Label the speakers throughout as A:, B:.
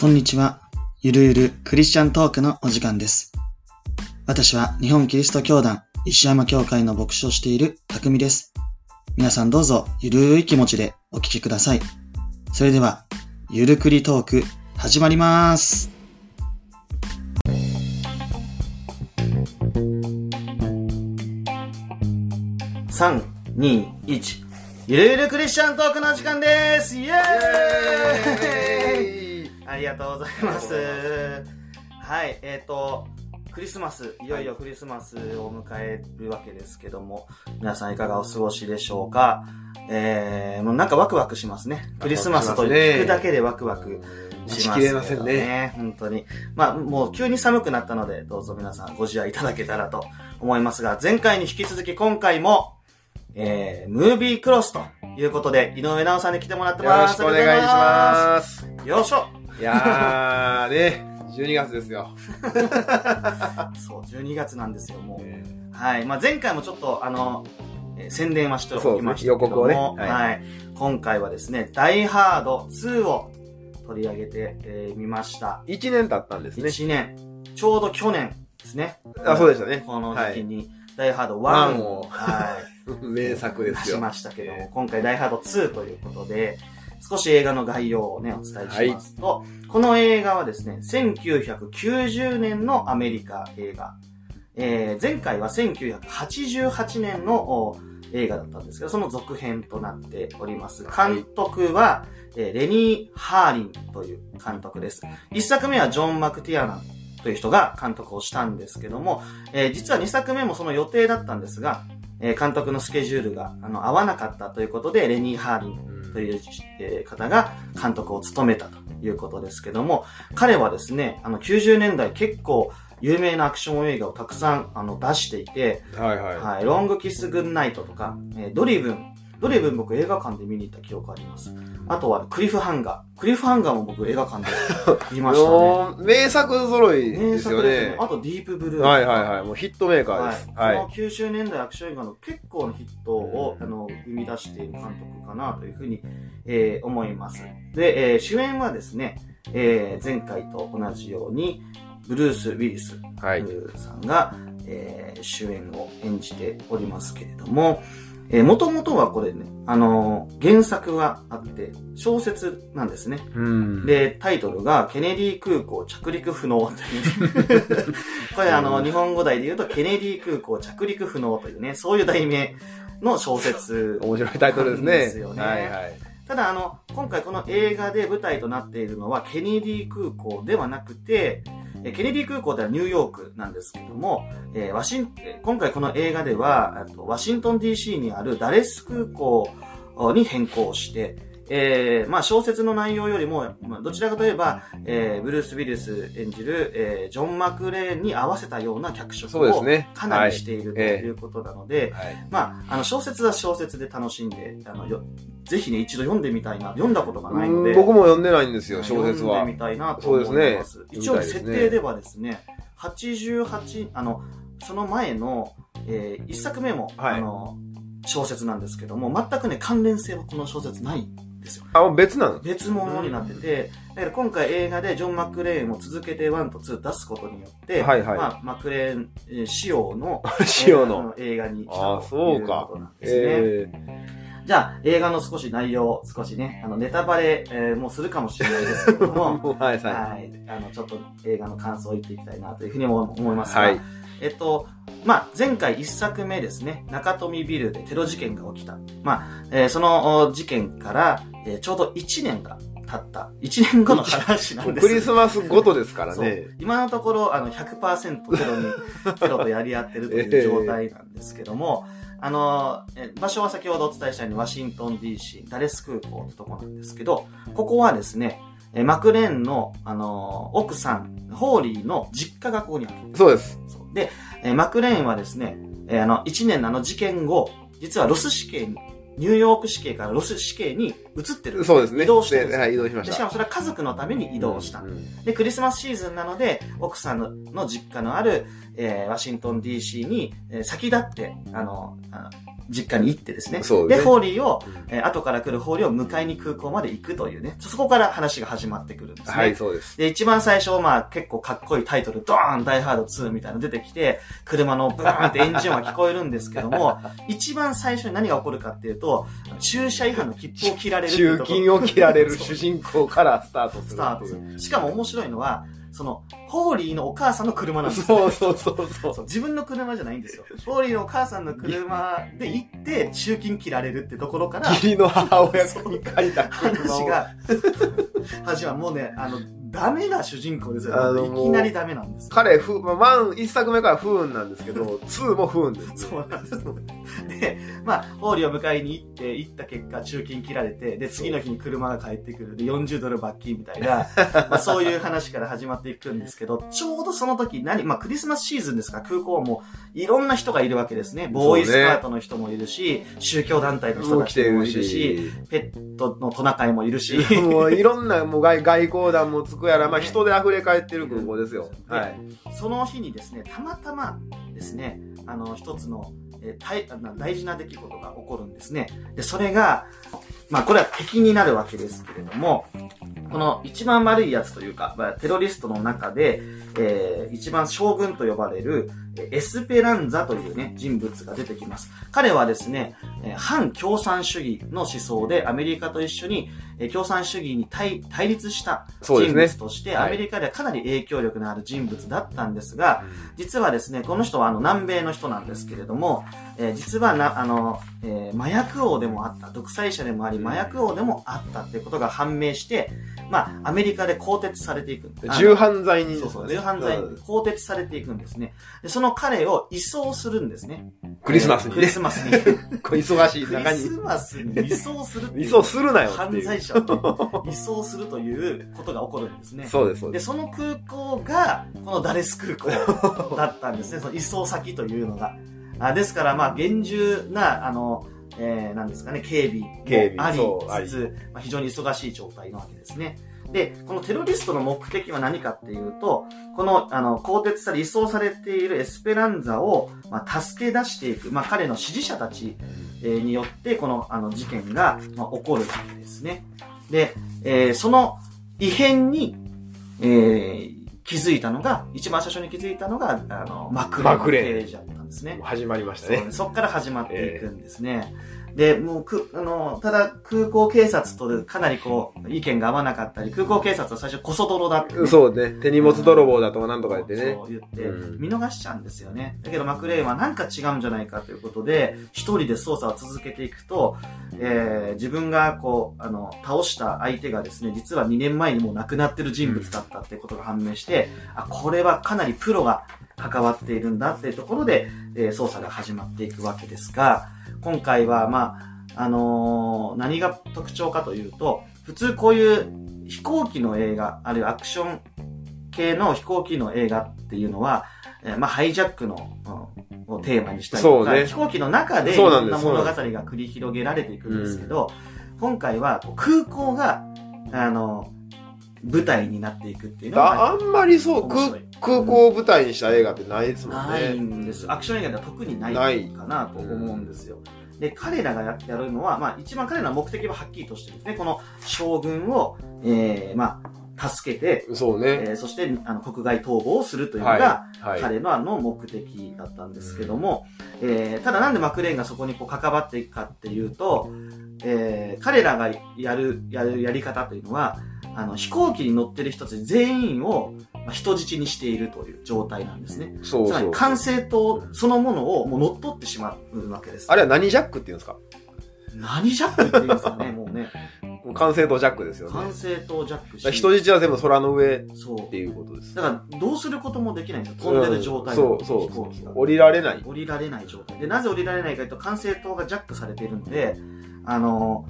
A: こんにちは。ゆるゆるクリスチャントークのお時間です。私は日本キリスト教団石山教会の牧師をしている匠です。皆さんどうぞゆるい気持ちでお聞きください。それでは、ゆるくりトーク始まります。3、2、1。ゆるゆるクリスチャントークの時間ですイエありがとうございます。
B: あり
A: はい、えっ、と、クリスマス、いよいよクリスマスを迎えるわけですけども、皆さんいかがお過ごしでしょうかえー、もうなんかワクワクしますね。クリスマスと
B: ワクワクしますね
A: 聞くだけでワクワク
B: 待
A: し
B: ち
A: ます
B: きれませんね。
A: ね。本当に。まあ、もう急に寒くなったので、どうぞ皆さんご自愛いただけたらと思いますが、前回に引き続き今回も、えー、ムービークロスということで、井上直さんに来てもらって
B: よ
A: ま
B: ろし
A: す。
B: くお願いします。
A: す。よいしょ
B: いやー、ね、12月ですよ。
A: そう、12月なんですよ、もう。はい。まあ、前回もちょっと、あの、えー宣伝はしておきましたけども、
B: そうですね予告をね
A: は、
B: はいい
A: 今回はですね、ダイハード2を取り上げてみ、えーみました。
B: 1年経ったんですね。
A: 1年、ちょうど去年ですね。
B: あ、そうでしたね。
A: この時期に、ダイハード
B: ワ
A: 1
B: ン
A: を
B: を、
A: はい、
B: 名作 です
A: 出し
B: よ。
A: ましたけども、今回ダイハード2ということで、少し映画の概要をね、お伝えしますと、この映画はですね、1990年のアメリカ映画。えー前回は1988年のお映画だったんですけど、その続編となっております。
B: はい
A: 監督は、えーレニー・ハーリンという監督です。一作目はジョン・マクティアナンという人が監督をしたんですけども、えー実は2作目もその予定だったんですが、えー監督のスケジュールがあの合わなかったということで、レニー・ハーリンという、えー方が監督を務めたということですけども、彼はですね、あの90年代結構有名なアクション映画をたくさんあの出していて、
B: はいは
A: はい、ロングキスグンナイトとか、えードリブン。ドリブン僕映画館で見に行った記憶あります。あとはクリフハンガー。クリフハンガーも僕映画館で見
B: い。
A: ま したね。
B: もう、名作揃い
A: 名
B: です
A: 作
B: よ
A: ですね
B: ね。。
A: あとディープブルー。
B: はいはいはい。もうヒットメーカー
A: は
B: で
A: い
B: す。
A: こ
B: はい。
A: の90年代アクション映画の結構のヒットを、
B: うん
A: あの生み出している監督かなというふうに、えー思います。で、えー主演はですね、えー前回と同じように、ブルース・ウィリス
B: はい。
A: さんが、えー主演を演じておりますけれども、えー、元々はこれね、あのー原作があって、小説なんですね。
B: うん
A: で、タイトルが、ケネディ空港着陸不能という。 これ、あの、日本語題で言うと、ケネディ空港着陸不能というね、そういう題名の小説。
B: 面白いタイトル
A: で
B: ですす
A: よ
B: ね。
A: ね
B: はいはい。
A: ただ、あの、今回この映画で舞台となっているのは、ケネディ空港ではなくて、えケネディ空港ではニューヨークなんですけども、えーワシンえー今回この映画では、あとワシントン DC にあるダレス空港に変更して、えーまあ小説の内容よりも、まあ、どちらかといえば、えーブルース・ウィルス演じる、えージョン・マクレーンに合わせたような脚色
B: そうです
A: を
B: ね。
A: かなり
B: は
A: していると
B: ええ
A: いうことなので
B: い、はい。
A: まあ、あの小説は小説で楽しんであのよぜひね一度読んでみたいな読んだことがないの
B: う
A: で
B: ん僕も読んでないんですよ、
A: はい
B: 小説
A: 読
B: は
A: んで。みたいなと思います
B: そうですね
A: 一応
B: 読み
A: 設
B: たいですね
A: 定ではですね88あのその前の、え1作目も、
B: はい
A: あの小説なんですけども全くね関連性はこの小説ないんですよ
B: あ、別なの
A: 別物になってて、だから今回映画でジョン・マクレーンを続けて1と2出すことによって、
B: はいはい
A: まあ、マクレーンえー仕様の
B: 仕様の
A: えーあ映画にした
B: あ
A: と
B: そ
A: いうう
B: か
A: ことなんですね。
B: ええ
A: じゃあ、映画の少し内容、少しね、あの、ネタバレ、えーもうするかもしれないですけども、
B: はいは
A: はい、あの、ちょっと映画の感想を言っていきたいなというふうにも思い
B: い。
A: ますが、
B: はい。
A: えっと、まあ、前回1作目ですね、中富ビルでテロ事件が起きた。まあ、えーそのお事件から、えーちょうど1年が経った。1年後の話なんです
B: クリスマスごとですから
A: そう
B: ね。
A: 今のところあの100%テロにテロとやり合って るという状態なんですけども、あのえ場所は先ほどお伝えしたようにワシントン DC ダレス空港ってとこなんですけどここはですねえマクレーンの、あの奥さんホーリーの実家がここにある
B: そうです。
A: そうでえマクレーンはですね、えあの1年のあの事件後実はロス死刑にニューヨーク死刑からロス死刑に移ってるん
B: そうですね。
A: 移動してるんです
B: で
A: よ
B: はい、移動しまし
A: で
B: た。
A: しかもそれは家族のために移動した
B: うん。うん
A: で、クリスマスシーズンなので、奥さんのの実家のある、えーワシントン DC に、えー先立って、あの、あ実家に行ってですね。
B: そうですね
A: ホーリーを、えー後から来るホーリーを迎えに空港まで行くというね。そこから話が始まってくるんですね。
B: はい、そう です。
A: で、一番最初、まあ結構かっこいいタイトル、ドーンダイハード2みたいなの出てきて、車のブーンってエンジン音が聞こえるんですけど も、一番最初に何が起こるかっていうと、駐車違反の切符を切られるっていう
B: 中
A: ところ
B: 金を切られる
A: そう
B: 主人公からスタートす
A: ス
B: る
A: ター
B: って
A: ト
B: い
A: す
B: う。
A: る。しかも面白いのは、その、ホーリーのお母さんの車なんですよ。
B: そうそうそうそう。
A: 自分の車じゃないんですよ。ホーリーのお母さんの車で行って、集金切られるってところから、
B: 義理の母親に借りた車
A: 話
B: を。
A: が、始まる。もうね、あの、ダメな主人公です
B: あ
A: よ。
B: の
A: いきなりダメなんですよ。
B: 彼、ふ、まあ、ワン、一作目から不運なんですけ ど、ツーも不運です。
A: そうなんです。で、まあ、ホーリーを迎えに行って、行った結果、中金切られて、で、次の日に車が帰ってくる。で、40ドル罰金みたいな、まあ、そういう話から始まっていくんですけど、ちょうどその時、何、まあ、クリスマスシーズンですから、空港はもう、いろんな人がいるわけですね。ボーイスカートの人もいるし、宗教団体の人
B: もう
A: た
B: 来て
A: ちも
B: る
A: いるし、
B: し。
A: ペットのトナカイもいるし、
B: もういろんな、もう外、外交団もつくやら、まあ人で溢れ返ってる空港ですよ。はい。
A: その日にですね、たまたまですね、あの、一つの、えー大あの大事な出来事が起こるんですね。で、それが、まあ、これは敵になるわけですけれども、この一番悪いやつというか、まあテロリストの中で、えー一番将軍と呼ばれる、えーエスペランザというね、人物が出てきます。彼はですね、えー反共産主義の思想でアメリカと一緒に、えー共産主義に対対立した
B: そうです
A: 人
B: ね
A: 物。として、
B: はい
A: アメリカではかなり影響力のある人物だったんですが、実はですね、この人はあの南米の人なんですけれども、えー実はな、あの、えー麻薬王でもあった、独裁者でもあり、
B: うん
A: 麻薬王でもあったっていうことが判明して、まあ、アメリカで更迭されていく。あの
B: 重犯罪人
A: そう
B: です
A: そ
B: よ
A: う、
B: ね。
A: 重犯罪
B: う
A: に
B: ん
A: 更迭されていくんですね。でその彼を移送するんですね。
B: クリスマスに
A: クリ
B: ね。
A: スマ スに。
B: こう忙しい
A: ク
B: 中
A: リ
B: に
A: ス。マスに移送するっていう。
B: 移送するなよって
A: 犯
B: いう。
A: 罪者を移送するということが起こるんですね。
B: そうです、そう
A: で、
B: です。
A: その空港が、このダレス空港だったん ですね。その移送先というのが。あですから、まあ、厳重な、あの、えー、なんですかね、警備
B: 警
A: もあ
B: 備そうあ
A: り
B: り
A: つつ、まあ、非常に忙しい状態なわけですね。で、このテロリストの目的は何かっていうと、この、あの、更迭され、移送されているエスペランザを、まあ、助け出していく、まあ、彼の支持者たち、えーによって、この、あの、事件が、まあ、起こるわけですね。で、えーその異変に、えー気づいたのが、一番最初に気づいたのが、あの、マクレーン
B: マクレーン
A: 刑事だったんですね。
B: 始まりました
A: そう
B: ね。
A: そっから始まっていくんですね。で、もうく、あの、ただ空港警察とかなりこう、意見が合わなかったり、空港警察は最初こそ泥だってね、
B: そうね。手荷物泥棒だとかなんとか言ってね
A: そ。う言って、
B: うん
A: 見逃しちゃうんですよね。だけどマクレーンはなんか違うんじゃないかということで、一人で捜査を続けていくと、えー自分がこう、あの、倒した相手がですね、実は2年前にもう亡くなってる人物だったってことが判明して、あ、これはかなりプロが関わっているんだっていうところで、えー捜査が始まっていくわけですが、今回は、まあ、あのー何が特徴かというと、普通こういう飛行機の映画、あるいはアクション系の飛行機の映画っていうのは、えーまあ、ハイジャックの、うんをテーマにしたりと
B: そ
A: か、
B: うね
A: 飛行機の中でい
B: そうな
A: ろ
B: ん
A: ん
B: で
A: な
B: す
A: 物語が繰り広げられていくんですけど、今回はこう空港が、あの舞台になっていくっていうのが、
B: ああんまりそう、
A: 面白
B: 空
A: い
B: 空港を舞台にした映画ってないですもん
A: な
B: ね。
A: いんです。アクション映画では特にな
B: ないい
A: かなと思うんですよ。で、彼らがややるのは、まあ一番彼らの目的ははっきりとしてるんですね。この将軍を、えー、まあ、助けて、
B: そうね。
A: えーそしてあの国外逃亡をするというの
B: はい。
A: が、
B: はい。
A: 彼のあの目的だったんですけども、えーただなんでマクレーンがそこにこう関わっていくかっていうと、えー彼らがやる、やるやり方というのは、あの飛行機に乗ってる人たち全員をまあ人質にしているという状態なんですね。
B: そう
A: つま
B: そ
A: り
B: う。
A: 管制塔そのものをもう乗っ取ってしまうわけです。
B: あれは何ジャックって言うんですか
A: 何ジャックって言うんです かね、もうね。
B: 管制塔ジャックですよね。
A: 管制塔ジャック
B: だから
A: し、
B: 人質は全部空の上っ
A: そ
B: ていうことです。
A: う。だから、どうすることもできないんですよ。飛んでる状態
B: う
A: の
B: ん
A: 飛
B: そう
A: 行
B: そう
A: 機が。
B: 降りられない。
A: 降りられない状態。で、なぜ降りられないかというと、管制塔がジャックされているので、あの、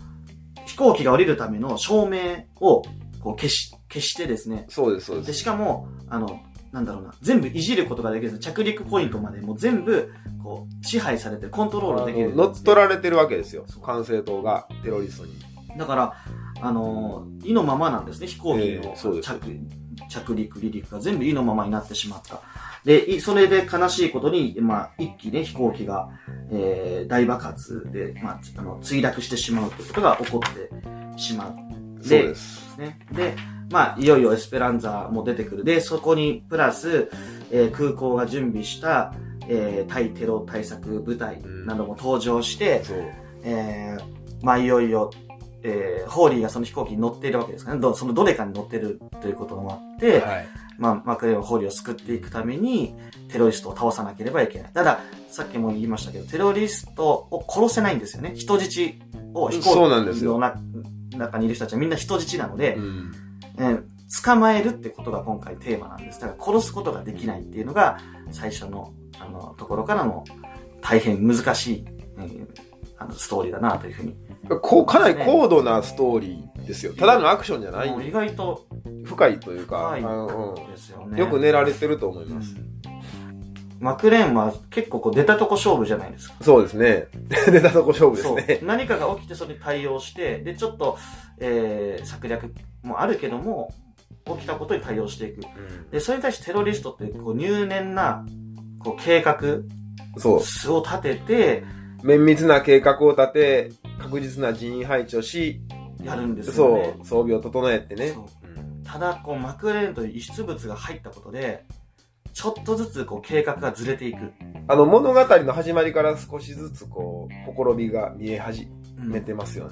A: 飛行機が降りるための照明をこう消し、消してですね、
B: そうです、そうで。
A: ですしかもあのなんだろうな全部いじることができるんです着陸ポイントまでもう全部こう支配されてコントロールでき
B: あの
A: る
B: 乗っ取られてるわけですよ
A: そう。
B: 管制塔がテロリストに。
A: だから、あのー意のままなんですね、飛行機
B: え
A: の
B: えそうです
A: 着,、着陸、離陸が全部意のままになってしまった。で、いそれで悲しいことに、まあ、一機ね、飛行機が、えー大爆発で、まあ、あの墜落してしまうということが起こってしまう。
B: そうです。
A: ね。で、まあ、いよいよエスペランザも出てくる。で、そこに、プラス、えー空港が準備した、えー対テロ対策部隊なども登場して、
B: そう。
A: えーまあ、いよいよ、えーホーリーがその飛行機に乗っているわけですからね。どそのどれかに乗ってるということもあって、
B: はい。
A: まあ、マクレーンはホーリーを救っていくために、テロリストを倒さなければいけない。ただ、さっきも言いましたけど、テロリストを殺せないんですよね。人質を飛
B: そ
A: 行
B: うなんです
A: 機
B: よ
A: のな中にいる人たちはみんな人質なので、
B: うん。
A: えー捕まえるってことが今回テーマなんです。だから殺すことができないっていうのが最初のあのところからの大変難しい、うんあのストーリーだなというふうに。
B: こうかなり高度なストーリーですよ。ただのアクションじゃない
A: もう意外と
B: 深いというか、
A: 深い
B: あの
A: ですよ
B: うん
A: ね。
B: よく練られてると思いうます。
A: んマクレーンは結構こう出たとこ勝負じゃないですか。
B: そうですね。 出たとこ勝負ですね。
A: そう何かが起きてそれに対応して、で、ちょっと、えー策略もあるけども、起きたことに対応していく。で、それに対してテロリストってこう入念なこう計画
B: そう。
A: 巣を立てて
B: 綿密な計画を立て、確実な人員配置をし、
A: やるんですよ
B: そ
A: ね。
B: う、装備を整えてね
A: そ。う
B: うん
A: ただ、こう、マクレーンという遺失物が入ったことで、ちょっとずつこう計画がずれていく。
B: あの、物語の始まりから少しずつ、こう、ほころびが見え始
A: うん
B: めてますよね。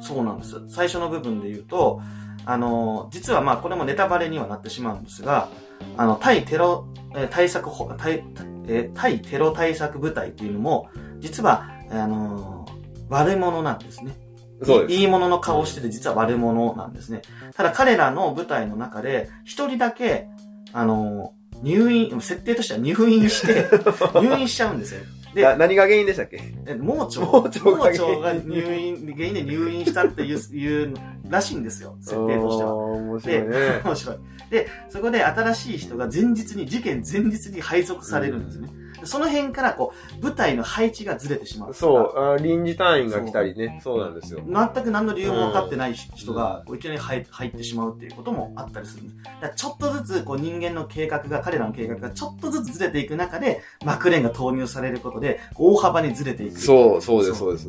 A: そうなんです。最初の部分で言うと、あの、実はまあ、これもネタバレにはなってしまうんですが、あの、対テロ、えー対策ほ、対、えー対テロ対策部隊っていうのも、実は、あの悪者なんですね。
B: そうです。
A: いいものの顔をしてて実は悪者なんですね。ただ彼らの舞台の中で、一人だけ、あの、入院、設定としては入院して、 入院しちゃうんですよ。で
B: な何が原因 でしたっけ
A: え盲腸
B: 盲腸が原因
A: 盲腸が入院、原因で入院したっていう、いうらしいんですよ。設定としては。
B: おー面白いね。
A: 面白い。で、そこで新しい人が前日に、事件前日に配属されるんですね。その辺から、こう、舞台の配置がずれてしまう。
B: そう、あー臨時隊員が来たりね。そうなんですよ。
A: 全く何の理由も分かってない人が、こういきなり入入ってしまうっていうこともあったりするんです。だからちょっとずつ、こう人間の計画が、彼らの計画がちょっとずつずれていく中で、マクレーンが投入されることで、こう大幅にずれていく。
B: そう、そうです、そうです。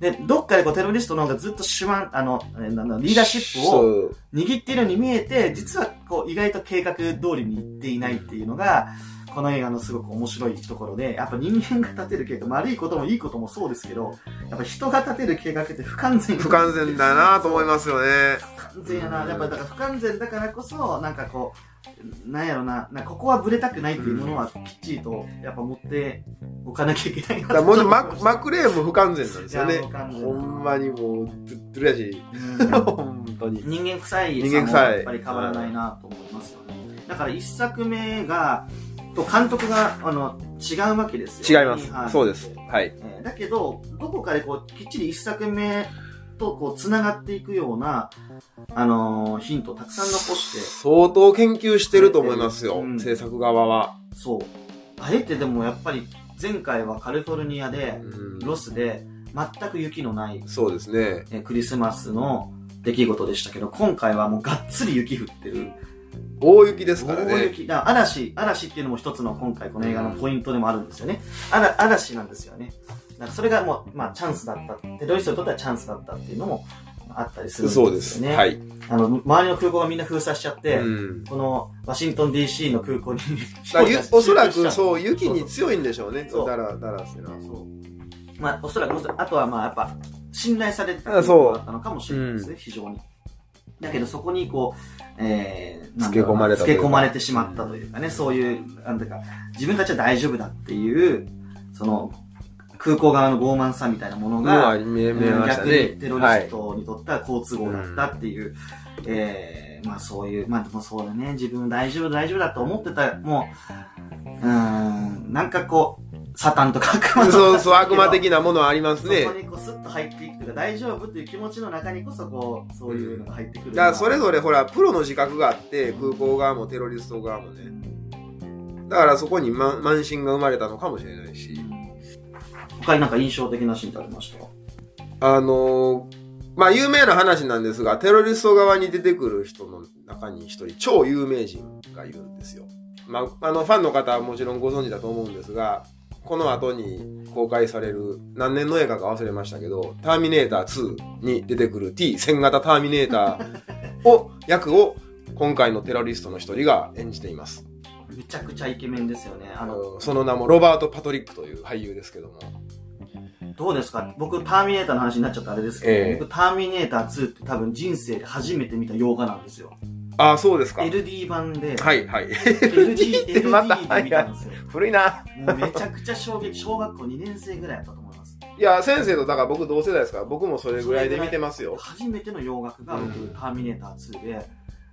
A: で、どっかでこうテロリストの方がずっと手腕、あの、えーなんだリーダーシップを
B: を。
A: 握っているように見えて、実はこう意外と計画通りにいっていないっていうのが、この映画のすごく面白いところで、やっぱ人間が立てる計画、悪いこともいいこともそうですけど、やっぱ人が立てる計画って不完全
B: 不完全だなと思いますよね。
A: 完全やな。やっぱだから不完全だからこそ、なんかこう、なんやろな、なんかここはブレたくないっていうものはきっちりと、やっぱ持っておかなきゃいけないな
B: だからもうマクマクレーンも不完全なんですよ
A: い
B: ね
A: やもう。完全
B: ほんまにもう、ずっとるやし。
A: うん
B: 本当に。
A: 人間臭い
B: 人間臭い
A: やっぱり変わらないなと思いますよね、だから一作目がと監督があの違うわけです
B: 違い
A: よ
B: ま
A: は
B: す。そうです。はい。
A: えーだけどどこかでこうきっちり一作目とこうつながっていくような、あのーヒントをたくさん残して
B: 相当研究してると思いますよ
A: う。ん
B: 制作側は。
A: そうあえてでもやっぱり前回はカリフォルニアで
B: うん
A: ロスで全く雪のない、
B: そうですね。
A: えークリスマスの出来事でしたけど今回はもうがっつり雪降ってる
B: 大雪ですから
A: 大
B: ね。
A: 雪だから嵐嵐っていうのも一つの今回この映画のポイントでもあるんですよね、あら嵐なんですよねだからそれがもう、まあ、チャンスだったテロリストにとってはチャンスだったっていうのもあったりするんですよ
B: そ
A: ね
B: うです。はい。
A: あの周りの空港がみんな封鎖しちゃって、
B: うん
A: このワシントン DC の空港に
B: だ からゆおそらく
A: う
B: そう、雪に強いんでしょうね。
A: そう
B: だら、だらしてな。
A: そうまあおそらくあとはまあやっぱ信頼されてたっていうのがあったのかもしれないですね、非常にだけどそこにこう、えー、なんだろうな
B: つけ込まれたというか
A: つけ込まれてしまったというかね、そういう、なんだか、自分たちは大丈夫だっていう、その、空港側の傲慢さみたいなもの
B: のは
A: が、
B: 見
A: う
B: え
A: ん
B: 見えました
A: 逆
B: ね。
A: にテロリ
B: は
A: ス
B: い。
A: トにとっては好都合だったっていう、えーまあそういう、まあでもそうだね、自分大丈夫大丈夫だと思ってた、もう、うーん、なんかこう、サタンとか悪魔の
B: そうそう、悪魔的なものはありますね
A: そこ。にこうスッと入っていくというか大丈夫っていう気持ちの中にこそこうそういうのが入ってくる
B: だからそれぞれほら、プロの自覚があって、空港側もテロリスト側もね。だからそこにま慢心が生まれたのかもしれないし。
A: 他になんか印象的なシーンってありました
B: あのーまあ有名な話なんですが、テロリスト側に出てくる人の中に一人、超有名人がいるんですよ。まあ、あの、ファンの方はもちろんご存知だと思うんですが、この後に公開される、何年の映画か忘れましたけど、ターミネーター2に出てくる T1000 型ターミネーターを、役を今回のテロリストの一人が演じています。
A: めちゃくちゃイケメンですよね。あ
B: あ
A: の、
B: の、その名もロバート・パトリックという俳優ですけども。
A: どうですか僕、ターミネーターの話になっちゃったあれですけど、
B: ええ
A: 僕、ターミネーター2って多分人生で初めて見た洋画なんですよ。
B: ああ、そうですか。
A: LD 版で、
B: はいはい。
A: LD、
B: って また
A: LD で見たんですよ。
B: 古いな。
A: もうめちゃくちゃ衝撃、小学校2年生ぐらいだったと思います。
B: いや、先生とだから僕同世代ですから、僕もそれぐらいで見てますよ。
A: 初めての洋楽が僕、
B: うん
A: ターミネーター2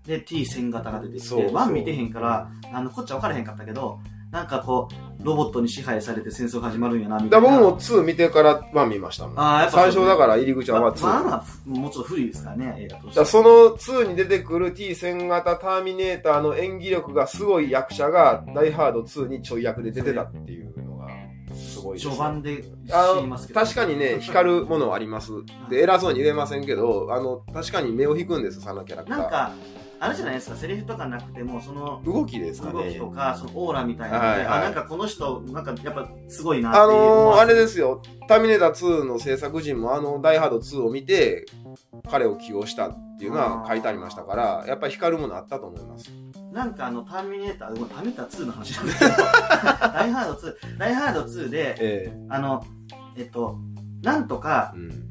A: で、で、T1000 型が出てきて、
B: そうそう
A: 1見てへんから、あの、こっちは分からへんかったけど、なんかこう、ロボットに支配されて戦争が始まるんやな、みたい
B: だ
A: な。
B: から僕も2見てから1見ましたもん。
A: あーやっぱそう
B: 最
A: ですね
B: 初だから入り口
A: ま
B: は
A: あ、
B: ま
A: ま
B: あ2。
A: あまあ、もうちょっと古いですからね、映画とし
B: だ
A: て
B: から。その2に出てくる T1000 型ターミネーターの演技力がすごい役者が、ダイハード2にちょい役で出てたっていうのが、すごいですね
A: 序盤で知
B: あ
A: りますけ
B: の
A: ど。
B: 確かにね、光るものはあります。で、偉そうに言えませんけど、あの、確かに目を引くんです、そのキャラクター。
A: なんか、あるじゃないですか、セリフとかなくても、その、
B: 動きですか
A: 動
B: ね
A: きと。か、そのオーラみたいなの
B: はい
A: で、
B: はい
A: あ、なんかこの人、なんかやっぱすごいなってい
B: あ
A: う思
B: のー、
A: わ
B: あ
A: せ
B: れ
A: る。
B: ですよ、ターミネーター2の制作陣も、あの、ダイハード2を見て、彼を起用したっていうのは書いてありましたから、やっぱり光るものあったと思います。
A: なんかあの、ターミネーター、ごめんターミネーター2の話なんだけど、 ダイハード2、ダイハード2で、
B: ええ
A: あの、えっと、なんとか、
B: うん。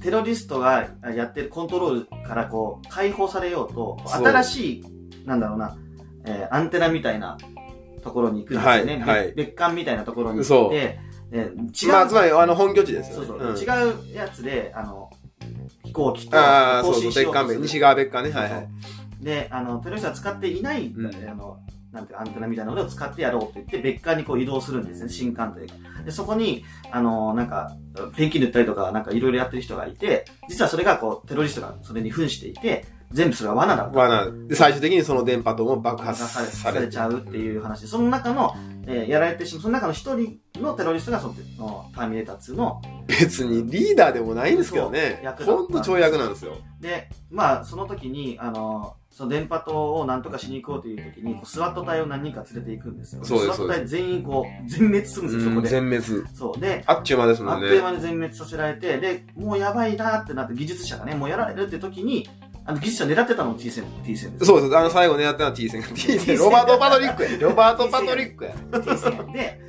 A: テロリストがやってるコントロールからこう、解放されようと、
B: そう
A: 新しい、なんだろうな、えーアンテナみたいなところに行くんですよね。
B: はいはい
A: 別別館みたいなところに行
B: そ
A: っ
B: う
A: て、えー違う、
B: まあ、つまり、あの、本拠地です
A: そう
B: よ、ね。
A: そう、
B: ん
A: 違うやつで、あの、飛行機と
B: ああ、そ
A: 更
B: うそ
A: 新
B: う、
A: し
B: 別
A: ようと
B: 館
A: す
B: 名、
A: る。
B: 西側別館ね。
A: そう
B: は
A: そう
B: いはい。
A: で、あの、テロリストは使っていない、
B: うん
A: あの、なんていうかアンテナみたいなのを使ってやろうって言って、別館にこう移動するんですね、新館というか。で、そこに、あの、なんか、ペンキ塗ったりとか、なんかいろいろやってる人がいて、実はそれがこう、テロリストがそれに扮していて、全部それは罠だった。
B: まあな、で、最終的にその電波塔も爆
A: が
B: 発
A: され
B: さ
A: さ
B: れ
A: れちゃうっていう話。その中の、えーやられてしまう、その中の一人のテロリストが、その、ターミネーター2の
B: 別にリーダーでもないんですけどね
A: そう役。だ
B: ほんと跳躍なんですよ。
A: で、まあ、その時に、あの、その電波塔をなんとかしに行こうという時に、こうスワット隊を何人か連れて行くんですよ。
B: そうです
A: スワット隊全員こう、全滅するんですよ、そこで。
B: 全滅。
A: そう。で、
B: あっちゅう間です
A: あ
B: も
A: っ
B: ん
A: と
B: ね。
A: いう間に全滅させられて、で、もうやばいなってなって、技術者がね、もうやられるって時に、あの、技術者狙ってたのも T 線、T 線です。
B: そうです。あの、最後狙ったのは T 戦。T 戦、ロバート・パトリックや。ロバート・パトリックや。
A: T 線 で、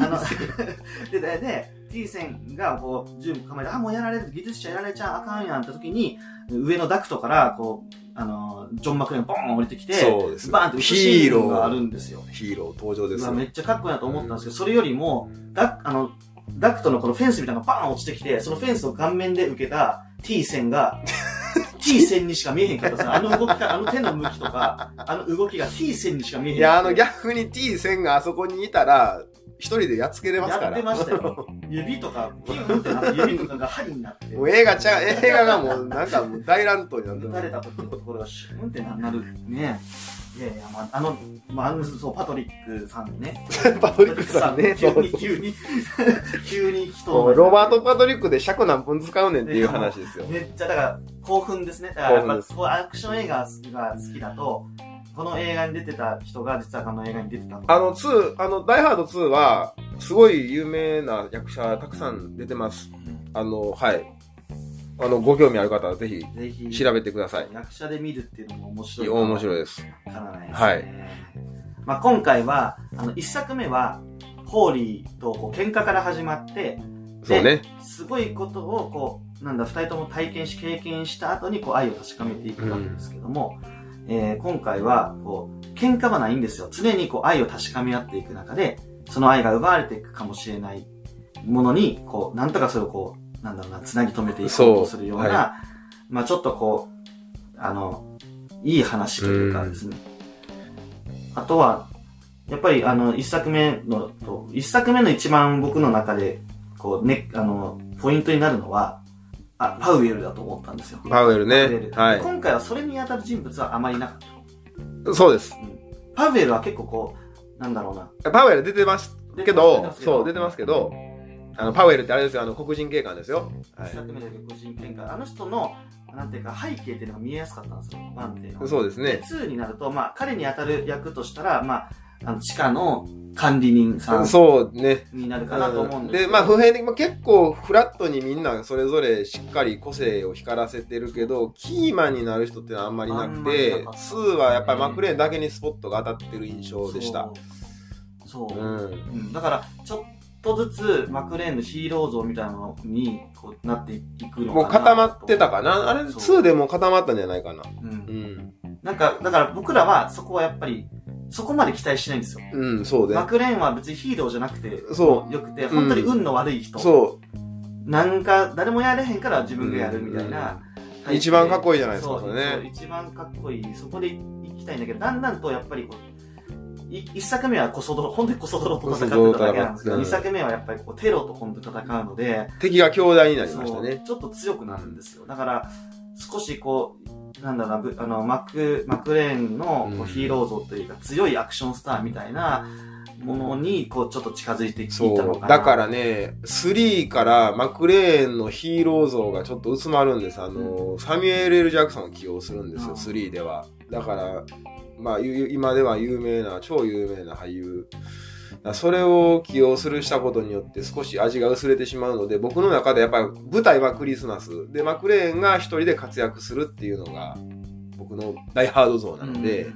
A: あの、 で、で、で、T 線がこう、準備構えて、あ、もうやられる、技術者やられちゃあかんやんって時に、上のダクトから、こう、あの、ジョン・マクレーンがボーン降りてきて、
B: そうです。
A: バーンって
B: ヒ
A: ヒ
B: ー
A: ー
B: ロ
A: ロー
B: ー
A: があるんですよ。
B: ヒーロー登場です
A: まあ
B: よ。
A: めっちゃかっこいいなと思ったんですけど、それよりも、ダあの、ダクトのこのフェンスみたいなのがバーン落ちてきて、そのフェンスを顔面で受けた T 線 が、T 線にしか見えへんかったですねあの動きか、あの手の向きとか、あの動きが T 線にしか見えへん
B: いや、あの、逆に T 戦があそこにいたら、一人でやっつけれますから。
A: やってましたよ。指とか、ピュンってなって、指とかが針になって、
B: もう映画ちゃう、映画がもうなんかもう大乱闘になって
A: 打
B: ま
A: た
B: す
A: れた時のところがシュンってななる。ねいやいや、まあ、あの、まあ、あの、そう、パトリックさんね。
B: パトリックさんね。
A: 急
B: そう
A: に
B: そう
A: 急に急に人
B: も
A: を
B: うロバート・パトリックで尺何分使うねんっていう話ですよ。
A: めっちゃだから興奮ですねだからやっ
B: 興奮
A: ぱ
B: です
A: こうアクション映画が好きだとこの映画に出てた人が実はこの映画に出てた
B: あの、2、あの、ダイハード2は、すごい有名な役者たくさん出てます。あの、はい。あの、ご興味ある方はぜひ
A: ぜひ
B: 調べてください。
A: 役者で見るっていうのも面白い
B: 面
A: い
B: 白いです。
A: かなないですね、
B: はい
A: まあ、今回はあの1作目はホーリーとこう喧嘩から始まって
B: そうね。
A: すごいことをこうなんだ2人とも体験し経験した後にこう愛を確かめていくわけですけども、えー今回はこう喧嘩はないんですよ常にこう愛を確かめ合っていく中でその愛が奪われていくかもしれないものにこうなんとかそれをこうなんだろうなつなぎ止めていこうとするような
B: そうは
A: まあ、ちょっとこうあのいい話というかですね、あとはやっぱりあの一作目のと一作目の一番僕の中でこうね、あの、ポイントになるのは、あ、パウエルだと思ったんですよ。
B: パウエル
A: パウエ
B: ね
A: ル。
B: はい。
A: 今回はそれに当たる人物はあまりなかった。
B: そうです。
A: パウエルは結構こう、なんだろうな。
B: パウエル出てますけど、そう、出てますけど、あの、パウエルってあれですよ、あの、黒人警官ですよ。は
A: 一
B: い。
A: 作目の黒人展開あの人のなんていうか背景っていうのが見えやすかったんですよワンっていうのは
B: そうですね。
A: 2になると、まあ、彼に当たる役としたら、まあ、あの地下の管理人さん
B: そうね。
A: になるかなと思うんです
B: で
A: けど
B: まあ普遍的、まあ、結構フラットにみんなそれぞれしっかり個性を光らせてるけどキーマンになる人ってのはあんまりなく
A: あんまり
B: て
A: なかった
B: 2はやっぱりマクレーンだけにスポットが当たってる印象でした。
A: そう
B: う
A: そう、
B: ん
A: うんだから、ちょっとずつマクレーンのヒーロー像みたいなのにこうなっていくのかなと。
B: もう固まってたかなあれ
A: そう
B: 2でもう固まったんじゃないかな
A: う。
B: うんん
A: なんか、だから僕らはそこはやっぱり、そこまで期待しないんですよ。
B: うんそうで
A: マクレーンは別にヒーローじゃなくて、
B: そ
A: よくて、
B: ん
A: 本当に運の悪い人。
B: うそ
A: なんか、誰もやれへんから自
B: う
A: 分がやるみたいな。
B: うん一番かっこいいじゃ
A: い
B: ないですかそれ
A: そう、
B: ね
A: 一番かっこいい。そこで行きたいんだけど、だんだんとやっぱりこう、い一作目はこそ泥、本当にこそ泥と戦ってただけなんですけど、
B: こ
A: 二
B: そ泥
A: 作目はやっぱりこうテロと本当に戦うので、
B: 敵が兄弟になりました
A: そ
B: ね
A: うちょっと強くなるんですよ。だから、少しこう、なんだろうなぶ、あの、マク、マクレーンのこ
B: う
A: うんヒーロー像というか、強いアクションスターみたいなものに、こう、ちょっと近づいていった
B: そ
A: の
B: う
A: かな。
B: だからね3からマクレーンのヒーロー像がちょっと薄まるんですあのサミュエル・ L ・ジャクソンを起用するんです
A: う
B: よ
A: ん
B: 3ではだからまあゆ今では有名な超有名な俳優だからそれを起用するしたことによって少し味が薄れてしまうので僕の中でやっぱり舞台はクリスマスでマクレーンが一人で活躍するっていうのが僕の大ハード像なので、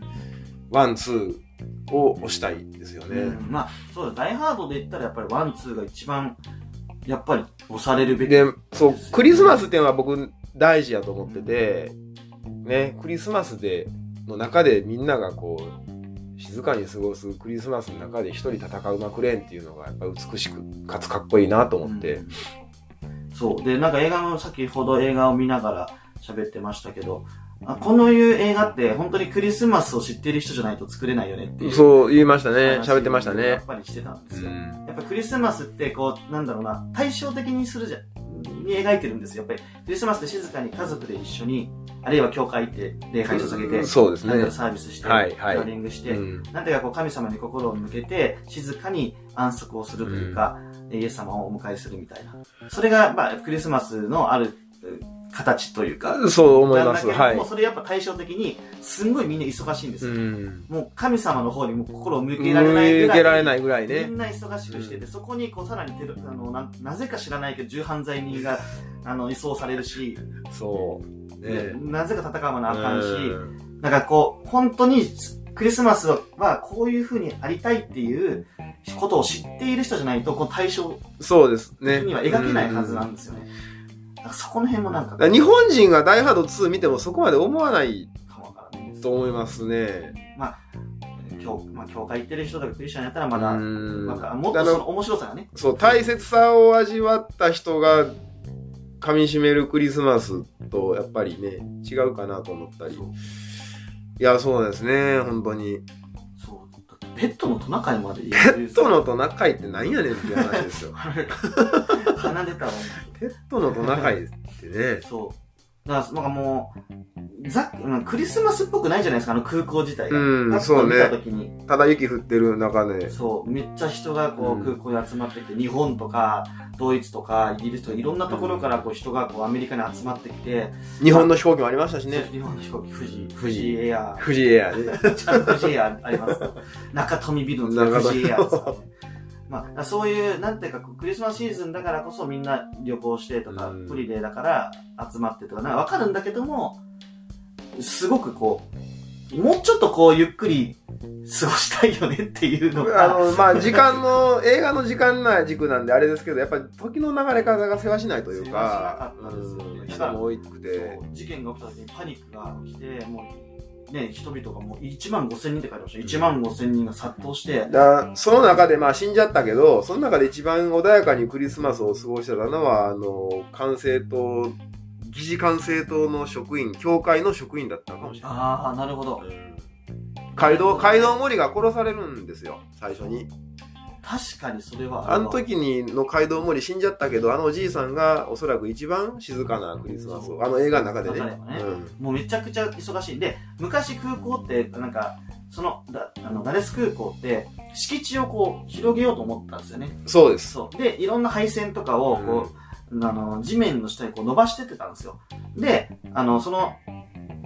B: ワンツーを押したいですよ
A: うん、
B: ね、
A: うんまあ、そうだ、ダイハードで言ったら、やっぱりワン、ツーが一番、やっぱり押されるべき。
B: でそうクリスマスっていうのは僕大事やと思ってて、ね、クリスマスでの中でみんながこう静かに過ごすクリスマスの中で一人戦うマクレーンっていうのがやっぱ美しくかつかっこいいなと思って、
A: うんそう。で、なんか映画の、先ほど映画を見ながら喋ってましたけど、あこのいう映画って本当にクリスマスを知ってる人じゃないと作れないよねっていう。
B: そう言いましたね
A: 話
B: 喋ってました
A: や
B: ね
A: っ、ぱりしてたんで
B: う
A: すよ。
B: ん、
A: やっぱクリスマスってこう、なんだろうな、対照的にするじゃん、に描いてるんですよ。やっぱりクリスマスって静かに家族で一緒に、あるいは教会行って礼拝捧げて、
B: そうですね
A: なんかサービスして、
B: はいはい
A: ラーリングして、
B: うん
A: なんていうかこう神様に心を向けて、静かに安息をするというか、イエス様をお迎えするみたいな。それが、まあ、クリスマスのあるえ形というか、
B: そう思い
A: なん
B: ま
A: だ
B: す
A: けれども、
B: はい、
A: それやっぱ対照的に、すんごいみんな忙しいんです
B: う
A: よ。
B: ん、
A: もう神様の方にもう心を向
B: 受
A: けられないぐらい。
B: けられないぐらいね
A: みんな忙しくしてて、そこにこうさらにテロあのななぜか知らないけど重犯罪人があの移送されるし、
B: そうね
A: なぜか戦わなあかんし、
B: うん
A: なんかこう本当にクリスマスはこういう風にありたいっていうことを知っている人じゃないとこの対象
B: そうですね
A: には描けないはずなんですよね、だからそこの辺もなんか
B: だから日本人が「ダイハード2」見てもそこまで思わない
A: かもわからないです
B: と思いますね。
A: 教,、まあ、教会行ってる人とかクリスチャンやったらまだ、
B: うん
A: なんかもっ
B: あ
A: とその
B: の
A: 面白さがね
B: そう大切さを味わった人がかみしめるクリスマスとやっぱりね違うかなと思ったり
A: そう
B: いやそうなんですね本当に
A: そうだってペットのトナカイまでペ
B: ペットのトナカイって何やねんって話です よ
A: 鼻出たわ
B: ペットのトナカイってね
A: そう。だから、なんかもう、ざうんクリスマスっぽくないじゃないですか、あの空港自体が。
B: うん
A: パッと
B: そうね
A: 見た時に、
B: ただ雪降ってる中で
A: そう、めっちゃ人がこう、
B: うん
A: 空港に集まってきて、日本とか、ドイツとか、イギリスとか、いろんなところからこう、人がこう、アメリカに集まってきて、
B: 日本の飛行機もありましたし
A: そう
B: ね
A: 日本の飛行機、富士、富
B: 富士
A: 士エア
B: 富士エアで
A: ー、ちゃんと富士エアあります。中富ビルの
B: 中富
A: 富士エアーですからねまあ、だからそういう、なんていうか、こうクリスマスシーズンだからこそみんな旅行してとか、
B: うん
A: プリデーだから集まってとか、なんかわかるんだけども、すごくこう、もうちょっとこう、ゆっくり過ごしたいよねっていうの
B: あ
A: が、
B: のまあ時間の映画の時間内軸なんであれですけどやっぱり時の流れ方が世話しないというか
A: 世話しなかったですよね
B: うん人も多くて
A: そう事件が起きた時にパニックが起きて、もう、ね、人々がもう1万5千人って書いてました。1万5千人が殺到して、
B: だその中でまあ死んじゃったけどその中で一番穏やかにクリスマスを過ごしてたのはあの管制塔疑似管制塔の職員教会の職員だったかもしれない
A: ああ、なるほど。
B: 街道街道森が殺されるんですよ最初に
A: 確かにそれは
B: あの時にの街道森死んじゃったけどあのおじいさんがおそらく一番静かなクリスマスをあの映画の中でね
A: 中ではね
B: うん
A: もうめちゃくちゃ忙しい。で、昔空港って、なんか、その、だあの、ガレス空港って、敷地をこう、広げようと思ったんですよね。
B: そうです。
A: そう。で、いろんな配線とかを、こう、あの、地面の下にこう伸ばしてってたんですよ。で、あの、その、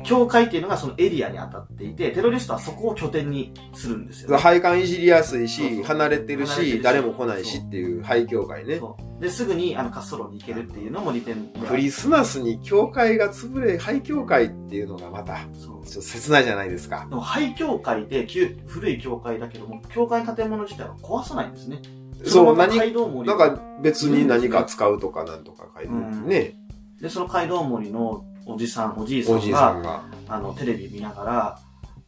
A: 境界っていうのがそのエリアに当たっていて、テロリストはそこを拠点にするんですよね、
B: 配管いじりやすいし、
A: そうそう
B: 離れてる
A: 離れてる
B: し、
A: し
B: 誰も来ないしっていう廃教会ね。
A: そう。で、すぐに、あの、滑走路に行けるっていうのも利点である
B: クリスマスに教会が潰れ、廃教会っていうのがまた、ち
A: そう
B: ょっと切ないじゃないですか。
A: でも廃教会で旧古い教会だけども教会建物自体は壊さないんですね。
B: そう、
A: のまま
B: 何
A: 街道森
B: なんか別に何か使うとかなんとか書いてるね、
A: でその街道森のおじさんおじいさ
B: おじ
A: ん
B: いさ
A: が
B: んが。
A: あのテレビ見なが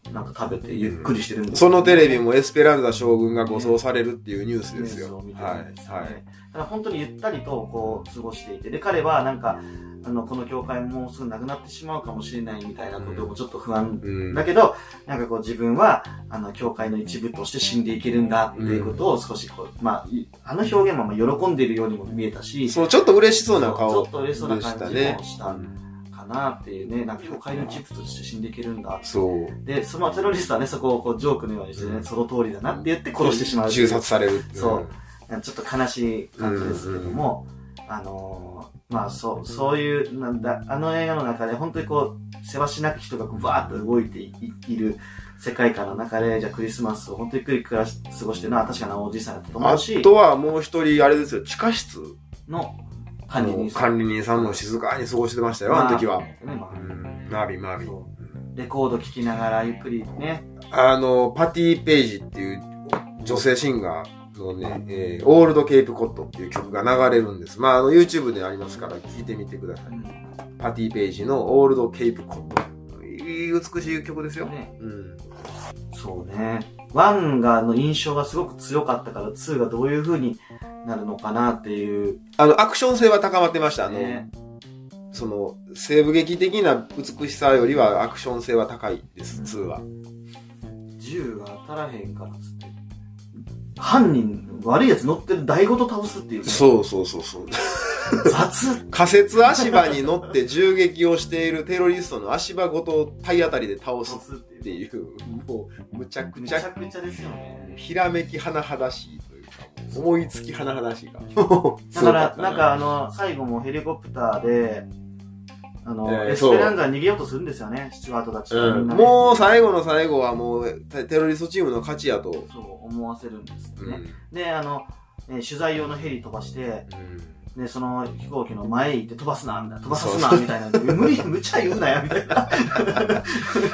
A: らなんか食べてゆっくりしてるんです
B: そのテレビ
A: も
B: もエスペランザ将軍が護送されるっていうニュースですよ。
A: 見て
B: は
A: るんです
B: い。
A: よね。
B: はい。
A: だから本当にゆったりとこう過ごしていてで彼はなんかあのこの教会もうすぐなくなってしまうかもしれないみたいなこともちょっと不安
B: うん。
A: だけど、なんかこう自分は、あの、教会の一部として死んでいけるんだっていうことを少しこう、まあ、いあの表現もまあ喜んでいるようにも見えたし、
B: そう、ちょっと嬉しそうな
A: ちょ
B: 顔
A: っと嬉
B: で
A: しそうな
B: し
A: 感じ
B: た
A: も
B: ね。
A: したかなっていうね、なんか教会の一部として死んでいけるんだ。
B: そう。
A: で、そのテロリストはね、そこをこうジョークのようにしてね、
B: うん
A: その通りだなって言って殺してしまう。
B: 銃殺されるってい
A: そうちょっと悲しい感じですけども、あのーまあそう、そういう、なんだ、あの映画の中で本当にこう、せわしなく人がこうバーッと動いていいる世界観の中で、じゃあクリスマスを本当にゆっくり暮らし過ごしてるのは確かなおじいさんだったと思
B: あ
A: うし、
B: とはもう一人、あれですよ、地下室
A: の管理
B: の
A: 人さん。
B: 管理人さんも静かに過ごしてましたよ、あの時は。
A: まあねま
B: う
A: あ
B: んマービー、マービー
A: そ
B: うん。
A: レコード聴きながらゆっくりね、
B: あの、パティ・ページっていう女性シンガーのね、えーオールド・ケープ・コットっていう曲が流れるんです。まあ、あの、YouTube でありますから、聴いてみてください。パティ・ページのオールド・ケープ・コット。いい美しい曲ですよ。
A: ね
B: うん。
A: そうね。1が、の印象がすごく強かったから、2がどういう風になるのかなっていう。
B: あの、アクション性は高まってました。あの、
A: ね
B: その、西部劇的な美しさよりはアクション性は高いです、2は。
A: 銃が当たらへんからっつって犯人悪いやつ乗ってる台ごと倒すっていうね、
B: そうそうそうそう。
A: 雑
B: 仮設足場に乗って銃撃をしているテロリストの足場ごと体当たりで倒す
A: 倒
B: っ
A: すっていう
B: ていう、もう、むちゃく
A: め
B: ち
A: ちゃ
B: ゃ、
A: くちゃですよね
B: ひらめき甚だしいというか、思いつき甚だしいか。
A: だから
B: すごった
A: なんかあの最後もヘリコプターであの、
B: えー
A: エスペランザに逃げようとするんですよねスチュワートたちがみんなね
B: もう最後の最後はもう、テテロリストチームの勝ちやと。
A: そう思わせるんですよ
B: うん
A: ね、であの、えー取材用のヘリ飛ばして
B: うん
A: でその飛行機の前へ行って飛ばすなみたいな飛ばさすなみたいな無理無茶言うなやみたいな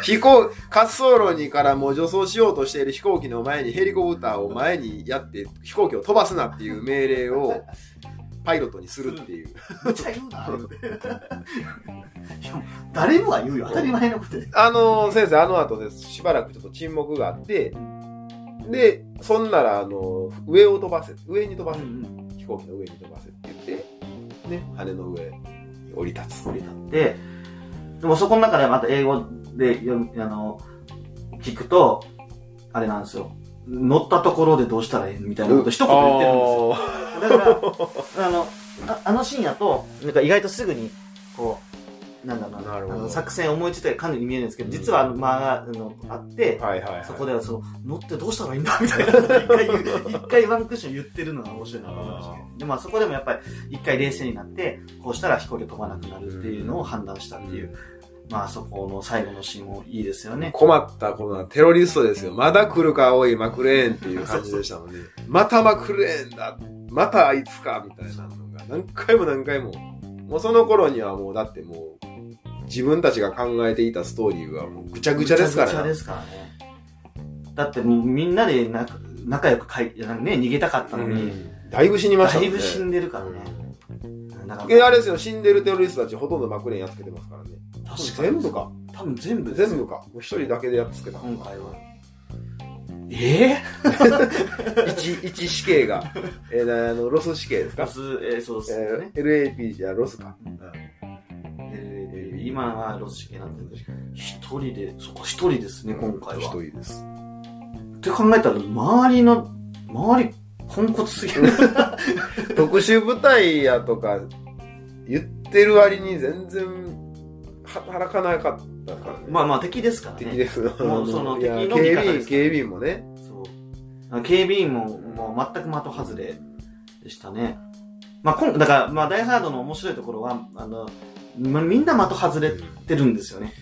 B: 飛行、滑走路にからもう助走しようとしている飛行機の前にヘリコプターを前にやって飛行機を飛ばすなっていう命令 をパイロットにするっていう。
A: 無茶言うな言うていやもう誰もが言うよ当たり前のことで
B: あのー、先生、あの後です。しばらくちょっと沈黙があって、で、そんなら、あのー、上を飛ばせ、上に飛ばせ、飛行機の上に飛ばせって言って、ね、羽の上に降り立つ。
A: 降り立って、でもそこの中でまた英語で読みあの、聞くと、あれなんですよ。乗ったところでどうしたらいいみたいなこと一言言ってるんですよ。だから、あの、ああのシーンやと、なんか意外とすぐに、こう、なんだろうな、
B: なるほど
A: あの作戦思いついたりかなり見えるんですけど、実はあの間があのあって、
B: はいはい、はい。
A: そこではその、乗ってどうしたらいいんだみた いなことを一回言う、一回ワンクッション言ってるのが面白いなと思いましたねで、まあそこでもやっぱり一回冷静になって、こうしたら飛行機飛ばなくなるっていうのを判断したっていう、まあそこの最後のシーンもいいですよね。
B: 困った、このテロリストですよ。まだ来るか、おい、マクレーンっていう感じでしたもんね。またマクレーンだ。またあいつか、みたいなのが、何回も何回も。もうその頃にはもう、だってもう、自分たちが考えていたストーリーはもうぐちゃぐちゃですか
A: ぐちゃぐちゃ
B: らね
A: で。すからね。だってもうみんなでな仲良くかい、なんかね、逃げたかったの
B: う
A: に、
B: んだいぶ死にました
A: だ
B: もん
A: い
B: ね。
A: ぶ死んでるからね。だから
B: え、あれですよ、死んでるテロリストたちほとんどマクレーンやっつけてますからね。
A: 確かに
B: 全部か。
A: 多分全部です
B: 全部か。もう一人だけでやっつけたのか。
A: 今回は。ええ
B: 一、一死刑が、えーなあの、ロス死刑です
A: ガ
B: か
A: ス、えーそうですよね
B: え。ー LAP じゃロスか。
A: えー今はロシ系なんで一人でそこ一人ですね今回は、っ
B: 一人です。
A: て考えたら周りの周りポンコツすぎる
B: 特殊部隊やとか言ってる割に全然働かなかったからね。
A: まあまあ敵ですから
B: 敵
A: ね。
B: です。
A: もうその
B: いや
A: 敵の味方
B: 警備
A: で
B: 員、
A: す
B: 警備員もね。
A: そう。警備員も、もう全く的外れでしたね。まあ今、だから、まあ、ダイハードの面白いところは、あの、まみんな的外れてるんですよね。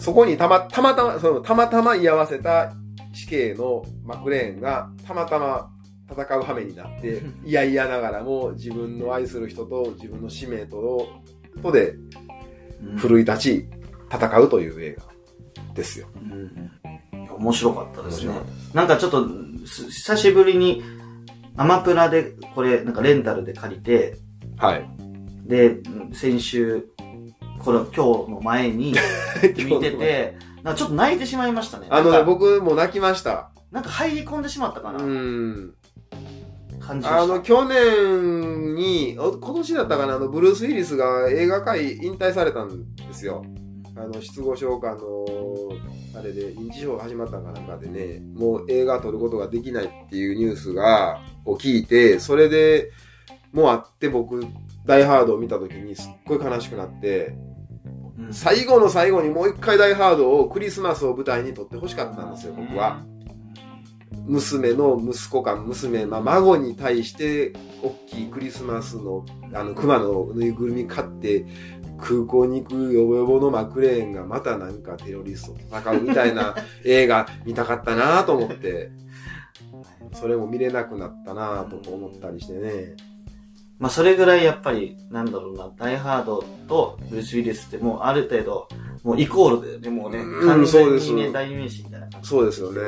B: そこにたま、たまたま、その、たまたま居合わせた死刑のマクレーンが、たまたま戦う羽目に なって、いやいやながらも自分の愛する人と自分の使命と、とで
A: うん
B: 奮い立ち、戦うという映画ですよ。
A: うんいや面白かったですね。なんかちょっと、す久しぶりに、アマプラで、これ、なんかレンタルで借りて、
B: はい。
A: で、うん先週、この今日の前 に見てて、なんかちょっと泣いてしまいましたね。
B: あの
A: な
B: ね、
A: んか
B: 僕も泣きました。
A: なんか入り込んでしまったか
B: う
A: な、
B: ん。
A: 感じで
B: あ
A: し
B: の、
A: た。
B: 去年に、お今年だったかな、あの、ブルース・ウィリスが映画界引退されたんですよ。あの、失語症かの、あれで、認知症が始まったかなんかでね、もう映画撮ることができないっていうニュースが、を聞いて、それで、もうあって僕、ダイハードを見た時にすっごい悲しくなって、
A: うん
B: 最後の最後にもう一回ダイハードをクリスマスを舞台に撮ってほしかったんですよ、僕は。。娘の息子か娘、まあ、孫に対して大きいクリスマスのあの熊のぬいぐるみ買って空港に行くヨボヨボのマクレーンがまたなんかテロリストと戦うみたいな映画見たかったなと思 ってそれも見れなくなったなとか思ったりしてね
A: まあそれぐらいやっぱり、なんだろうな、ダイハードとブルース・ウィリスってもうある程度、もうイコールだよね、もうね、
B: うん
A: 完
B: そう
A: 全
B: で
A: にね、
B: す
A: 代名詞みたいな感じ
B: そうですよね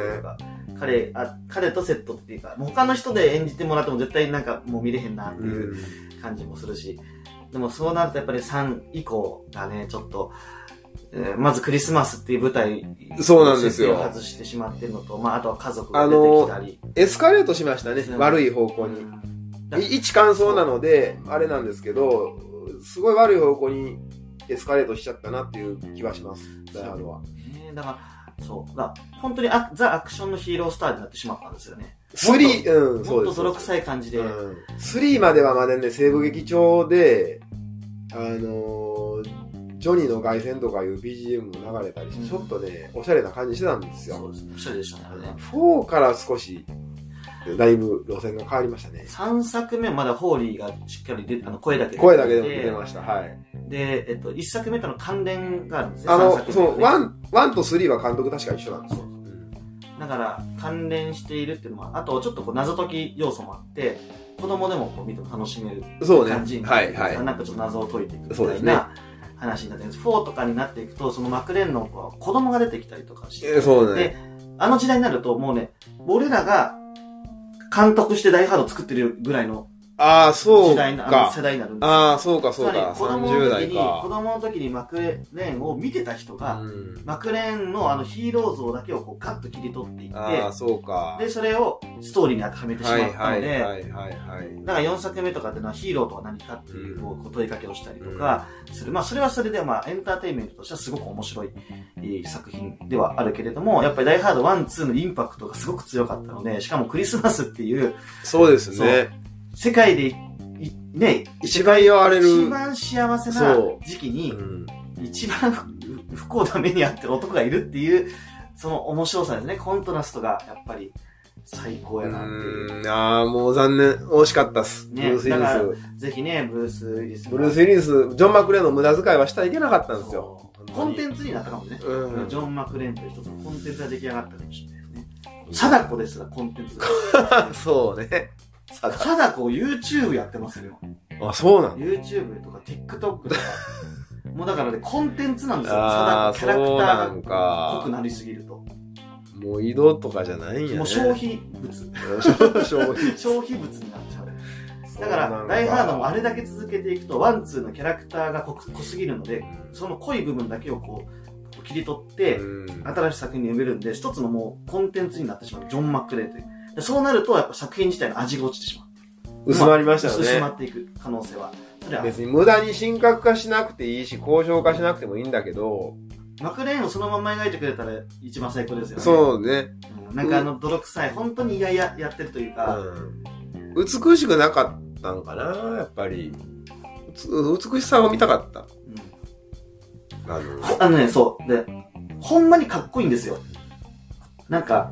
A: 彼あ、彼とセットっていうか、もう他の人で演じてもらっても絶対なんかもう見れへんなって
B: う
A: いうん感じもするし、でもそうなるとやっぱり3以降がね、ちょっと、えーまずクリスマスっていう舞台、
B: そうなんですよ
A: 設定を外してしまってるのと、まああとは家族
B: あ
A: が出て
B: の
A: きたり。
B: エスカレートしましたね
A: うん
B: 悪い方向にい一感想なので、あれなんですけど、すごい悪い方向にエスカレートしちゃったなっていう気はします、ダイハードは。
A: ねえだから、そう。だから本当にあザ・アクションのヒーロースターになってしまったんですよね。
B: スリー、うん、そ
A: も
B: う
A: っ
B: で
A: と
B: す。
A: 泥臭い感じで。
B: うんスリーまではまだね、西部劇場で、あのージョニーの凱旋とかいう BGM も流れたりして、
A: うん
B: ちょっとね、おしゃれな感じしてたんです
A: そう
B: よ。
A: ですね。おしゃれでしたね、あれね。
B: 4から少し、だいぶ路線が変わりましたね。
A: 3作目はまだホーリーがしっかり出あの声だけ
B: 声だけでも出てました。はい。
A: で、えっと、1作目との関連があるんですね。
B: あ
A: 三
B: の、
A: 作
B: そ
A: 目
B: う、ワン、ワンとスリーは監督確か一緒なんです
A: そうだから、関連しているっていうのも、あと、ちょっとこう謎解き要素もあって、子供でもこう見ても楽しめる
B: そうね。
A: 感じに
B: はい、は
A: なん
B: い。
A: かちょっと謎を解いていくみ
B: そう
A: た
B: で
A: い
B: すね
A: な話になってるんです。4とかになっていくと、そのマクレーンのこう子供が出てきたりとかして、
B: えそうね。
A: あの時代になるともうね、俺らが監督してダイハード作ってるぐらいの
B: ああ、そ
A: 時
B: う
A: 代な、あの
B: か
A: 世。代になるんですよ。
B: ああ、そうか、そうか。
A: つまり子供の
B: 30
A: 時
B: 代
A: に、子
B: か。
A: 供の時にマクレーンを見てた人が、
B: うん
A: マクレーンのあのヒーロー像だけをこうガッと切り取っていって、
B: ああ、そうか。
A: で、それをストーリーに当てはめてしま
B: はい
A: った
B: は
A: の
B: い
A: で、
B: はいはいはい。
A: だから4作目とかっていうのはヒーローとは何かっていうこうこう問いかけをしたりとかする。まあそれはそれでまあエンターテインメントとしてはすごく面白いえー作品ではあるけれども、やっぱりダイハード1、2のインパクトがすごく強かったので、しかもクリスマスっていう
B: そうですね。
A: 世界でいいね、
B: 一番言われる。
A: 一番幸せな
B: そう
A: 時期
B: う
A: に
B: ん
A: 一番不不幸な目にあってる男がいるっていう、その面白さですね。コントラストがやっぱり最高やなっていう。
B: うんああ、もう残念。惜しかったっす。ブ
A: ね
B: ルース・ウ
A: だから
B: ィリス。
A: ぜひね、ブルース・ウィリスが。
B: ブルース・ウィリス、ジョン・マクレーンの無駄遣いはしたらいけなかったんですよ。
A: そうコンテンツになったかもね、
B: うん
A: ジョン・マクレーンという人とのコンテンツが出来上がったかもしれないですね貞子ですらコンテンツが
B: そうね。さだ
A: 貞子 YouTube やってますよ
B: あ、そうなんだ。
A: YouTube とか TikTok とかもうだからねコンテンツなんですよ
B: あ
A: 貞
B: あ、
A: 子
B: そ
A: キャラク
B: うな
A: タ
B: ん
A: ーが濃く
B: か。
A: なりすぎると
B: もう移動とかじゃないんやね。
A: もう消費物
B: 消費。
A: 消費物になっちゃうだから「ダイ・ハード」もあれだけ続けていくとワンツーのキャラクターが濃く濃すぎるのでその濃い部分だけをこう切り取って、
B: うん
A: 新しい作品に埋めるんで、一つのもうコンテンツになってしまう。ジョン・マックレーンという。でそうなると、やっぱ作品自体の味が落ちてしまう。
B: 薄まりましたよ
A: 薄ま
B: ね。
A: っていく可能性は。それは、
B: 別に無駄に深刻化しなくていいし、交渉化しなくてもいいんだけど、
A: マクレーンをそのまま描いてくれたら一番最高ですよね。
B: そうね、
A: うんなんかあの、泥臭い、本当にいやいややってるというか、
B: うん美しくなかったんかな、やっぱり。うつ美しさを見たかった。
A: うん
B: あの、
A: あのね、そう。で、ほんまにかっこいいんですよ。なんか、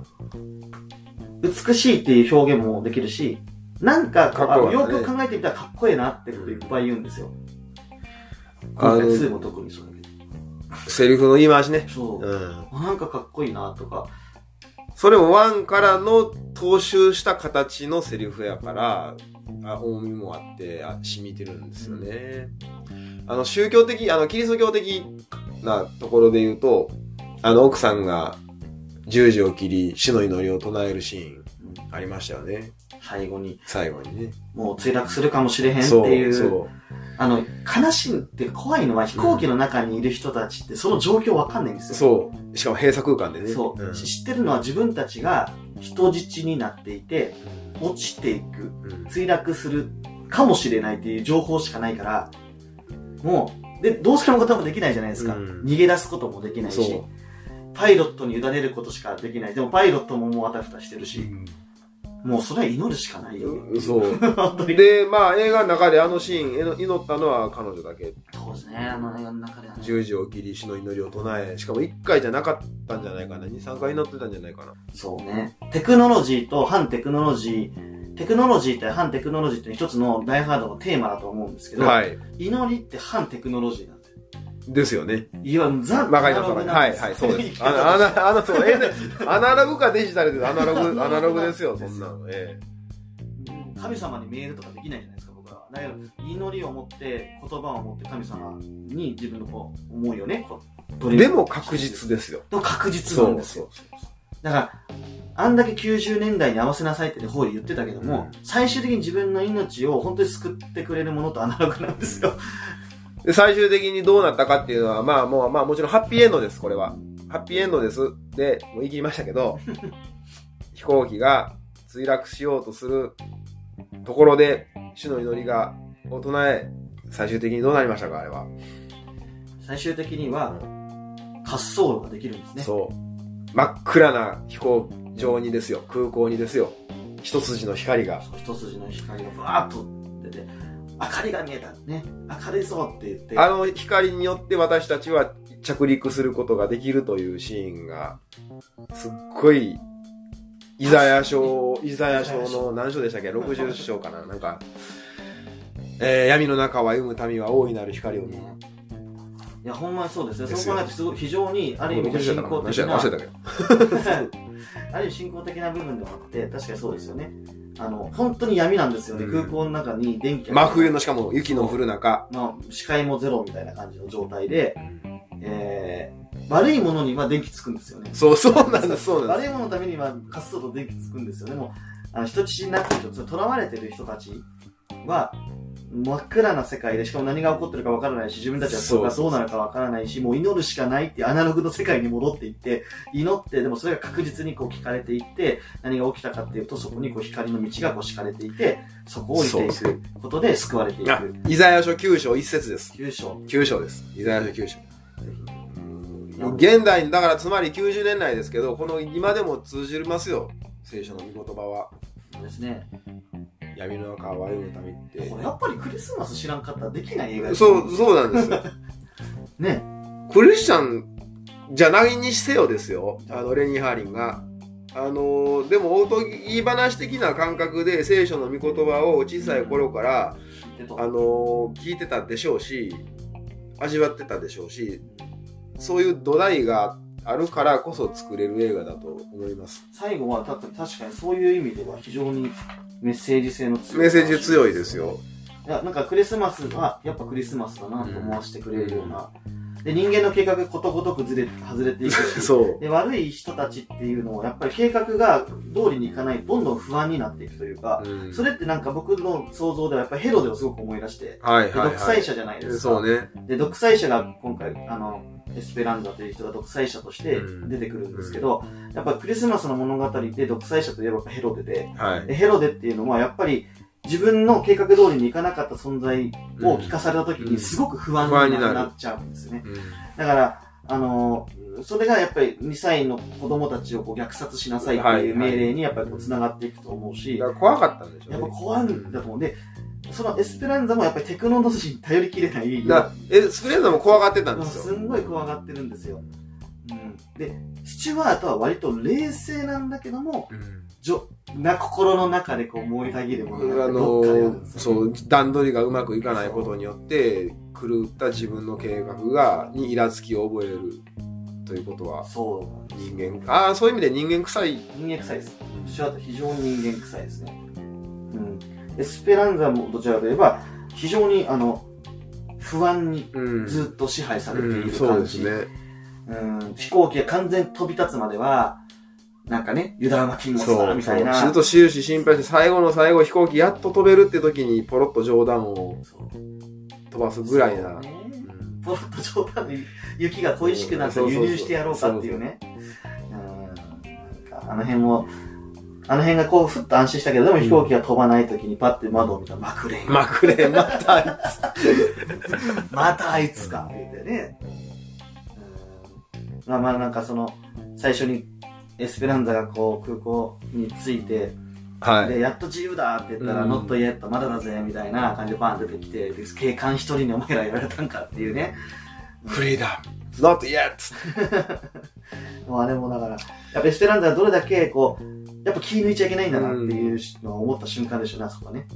A: 美しいっていう表現もできるし、なんか、
B: かっこ
A: あ
B: いいね
A: よく考えてみたらかっこいいなってこといっぱい言うんですよ。
B: あ
A: 今回2
B: の
A: も特にそうで。
B: セリフの言い回しね。
A: そう。
B: うん。
A: あなんかかっこいいなとか、
B: それもワンからの踏襲した形のセリフやから、あ重みもあって、あ染みてるんですよね。あの、宗教的、あの、キリスト教的なところで言うと、あの、奥さんが十字を切り、死の祈りを唱えるシーン
A: うん
B: ありましたよね。
A: 最後に、
B: 最後にね。
A: もう墜落するかもしれへんっていう。
B: そう。
A: あの、悲しいって怖いのは飛行機の中にいる人たちってその状況わかんないんですよ。
B: そう。しかも閉鎖空間でね。
A: そう、
B: ん
A: 知ってるのは自分たちが人質になっていて、落ちていく、
B: うん
A: 墜落するかもしれないっていう情報しかないから、もう、で、どうすることもできないじゃないですか。
B: うん
A: 逃げ出すこともできないし
B: そ、
A: パイロットに委ねることしかできない。でもパイロットももうあたふたしてるし、もうそれは祈るしかないよ、ね。
B: う。そう。
A: 本当に。
B: で、まあ映画の中であのシーン、えの祈ったのは彼女だけ。
A: そうですね、あの映画の中ではね。
B: 十字を切り、死の祈りを唱え、しかも1回じゃなかったんじゃないかな、2、3回祈ってたんじゃないかな。
A: そうね。テクノロジーと反テクノロジー、テクノロジーって反テクノロジーって一つのダイハードのテーマだと思うんですけど、
B: はい。
A: 祈りって反テクノロジーなんで
B: ですよね。
A: いわゆるザ・
B: わかります、
A: アナロ
B: わか
A: グ
B: ります。
A: なん
B: はい、
A: よ
B: はい、そうで
A: 言い
B: す。
A: 方
B: あ
A: と
B: の、あ
A: して
B: の、あの、そう、ええねアナログかデジタルです。アナログ、アナログですよ、そんなの。え
A: 神様にメールとかできないじゃないですか、僕らは。だけど、祈りを持って、言葉を持って神様に自分のこう思いをね、こう
B: え
A: 取
B: でも確実ですよ。
A: でも確実
B: そ
A: なん
B: う
A: です
B: そう
A: よ。。だから、あんだけ90年代に合わせなさいって方で言ってたけども、最終的に自分の命を本当に救ってくれるものとアナログなんですよ。
B: で、最終的にどうなったかっていうのは、まあもう、まあもちろんハッピーエンドです、これは。ハッピーエンドです。で、もう言い切りましたけど、 飛行機が墜落しようとするところで、主の祈りが、を唱え、最終的にどうなりましたか、あれは。
A: 最終的には、滑走路ができるんですね。
B: そう。真っ暗な飛行場にですよ、空港にですよ、一筋の光が。
A: そう一筋の光がバーッと出て、明かりが見えた。ね。明るいぞって言って。
B: あの光によって私たちは着陸することができるというシーンが、すっごい、イザヤ書、イザヤ書の何章でしたっけ ?60 章かななんか、えー闇の中は読む民は大いなる光を見る。
A: ねいや、ほんまにそうですね。
B: です
A: そ
B: よ
A: う考えるとすごい、非常に、ある意味で
B: 60
A: 信
B: だから
A: 仰
B: 忘れ
A: 的
B: た
A: な、
B: 忘れたけど。
A: ある意味信仰的な部分でもあって、確かにそうですよね。あの、本当に闇なんですよね。
B: うん
A: 空港の中に電気が。
B: 真冬の、しかも雪の降る中、
A: まあ、視界もゼロみたいな感じの状態で、えー、悪いものには電気つくんですよね。
B: そう、そうなんです、そうなんで
A: 悪いもののためには滑走路電気つくんですよね。もう、あの人質になってる人、とらわれてる人たちは、真っ暗な世界で、しかも何が起こってるかわからないし、自分たちはそれがどうなるかわからないし、もう祈るしかないっていうアナログの世界に戻っていって、祈って、でもそれが確実にこう聞かれていって、何が起きたかっていうと、そこにこう光の道がこう敷かれていて、そこを置いてい
B: そう
A: くことで救われてい
B: す。あ
A: く。、
B: イザヤ書9章1節です。
A: 優勝。
B: 9章です。イザヤ書9章。現代に、だからつまり90年代ですけど、この今でも通じますよ。聖書の御言葉は。
A: ですね。
B: 闇の中を歩むためって
A: こ。れやっぱりクリスマス知らんかったらできない映画です
B: そう、そうなんですよ。
A: ね。
B: クリスチャンじゃないにせよですよ。あの、レニー・ハーリンが。あのでも、おとぎ話的な感覚で聖書の御言葉を小さい頃から、
A: でと
B: あの聞いてたでしょうし、味わってたでしょうし、そういう土台があるからこそ作れる映画だと思います。
A: 最後はた確かにそういう意味では非常にメッセージ性の強い
B: メッセージ強いですよ。
A: いやなんかクリスマスはやっぱクリスマスだなと思わせてくれるような、で人間の計画ことごとくずれ外れていくし
B: そう。
A: で悪い人たちっていうのはやっぱり計画が通りにいかないどんどん不安になっていくというか、それってなんか僕の想像ではやっぱりヘロデをすごく思い出して、
B: はい
A: で
B: はい、はい。
A: 独裁者じゃないですか、
B: そうね。
A: で独裁者が今回あのエスペランザという人が独裁者として
B: うん
A: 出てくるんですけど、やっぱクリスマスの物語で独裁者といえばヘロデで
B: はい。
A: でヘロデっていうのはやっぱり自分の計画通りにいかなかった存在を聞かされた時
B: うん
A: にすごく不安
B: 不安
A: に
B: になる
A: なっちゃうんですよね。
B: うん
A: だから、あのーそれがやっぱり2歳の子供たちをこう虐殺しなさいっていう命令にやっぱりこう繋がっていくと思うし、
B: だから怖かったんでしょう
A: やっ
B: ね
A: ぱ怖いんだと思う。で、そのエスペランザもやっぱりテクノロジーに頼りきれない。
B: だえスプレンザも怖がってたんですすよ。
A: んごい怖がってるんですよ。うん、で、スチュワートは割と冷静なんだけども、じょな心の中でこう燃えたぎるものが
B: あ
A: どっかであるん
B: の
A: ですよ。
B: そう段取りがうまくいかないことによって狂った自分の計画がにイラつきを覚えるということは
A: そうなんです
B: 人間ああそういう意味で人間臭い
A: 人間臭いです。スチュワート非常に人間臭いですね。うん。エスペランザもどちらかといえば、非常にあの、不安に
B: うん
A: ずっと支配されてい
B: うん
A: る
B: そう
A: 感
B: で
A: じ。
B: すね
A: うん飛行機が完全に飛び立つまでは、なんかね、油断は禁物
B: そ
A: だ、
B: う
A: み
B: そ
A: たいうな。
B: ずっと終始心配して最後の最後飛行機やっと飛べるって時にポロッと冗談を
A: そう
B: 飛ばすぐらいな、
A: そうね
B: うん
A: ポロッと冗談で雪が恋しくなったら輸入してやろうかっていうね。うんなんかあの辺も、あの辺がこう、ふっと安心したけど、でも飛行機が飛ばない時にパッて窓を見たら、まくれん。
B: まくれまた
A: またあいつか言うてね。うんまあまあなんかその、最初にエスペランザがこう空港に着いて、
B: は
A: で、やっと自由だって言ったら、
B: うん
A: ノットイエットまだだぜみたいな感じでバーン出てきて、で警官一人にお前らやられたんかっていうね。
B: フリーダム not yet
A: まあでもだから、やっぱエスペランザはどれだけこう、やっぱ気抜いちゃいけないんだなっていうのを思った瞬間でしょうね、あそこはね。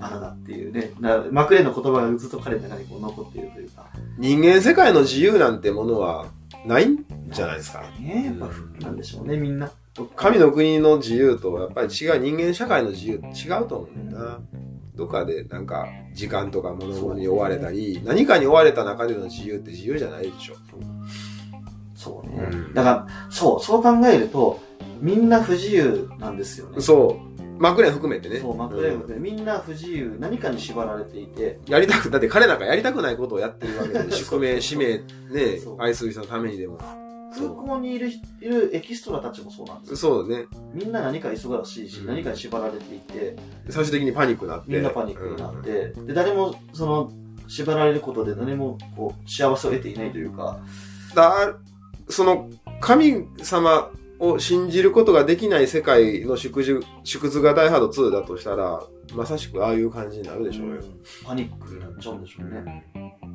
A: まだだっていうね。だからマクレーンの言葉がずっと彼の中にこう残っているというか。
B: 人間世界の自由なんてものはないんじゃないですか。
A: ねやっぱ不なんでしょうね、みんな。
B: 神の国の自由とやっぱり違う人間社会の自由って違うと思うんだよな。どっかでなんか時間とか物に追われたり、何かに追われた中での自由って自由じゃないでしょ。
A: そうね。
B: うん
A: だから、そう、そう考えると、みんな不自由なんですよね。
B: そう。マクレーン含めてね。
A: そう、マクレーンも
B: うん
A: ねみんな不自由、何かに縛られていて、
B: やりたく、だ って彼なんかやりたくないことをやってるわけで、宿命、使
A: そう
B: 命、ね
A: そ、う
B: 愛する人のためにでも。
A: 空港にいるいるエキストラたちもそうなんですよ。
B: そうだね。
A: みんな何か忙しいし、
B: うん
A: 何かに縛られていて、
B: 最終的にパニックになって。
A: みんなパニックになって、で、誰も、その、縛られることで何も、こう、幸せを得ていないというか、
B: だその神様を信じることができない世界の縮図縮図がダイハード2だとしたらまさしくああいう感じになるでしょうよ、
A: うんパニックになっちゃうんでしょうね。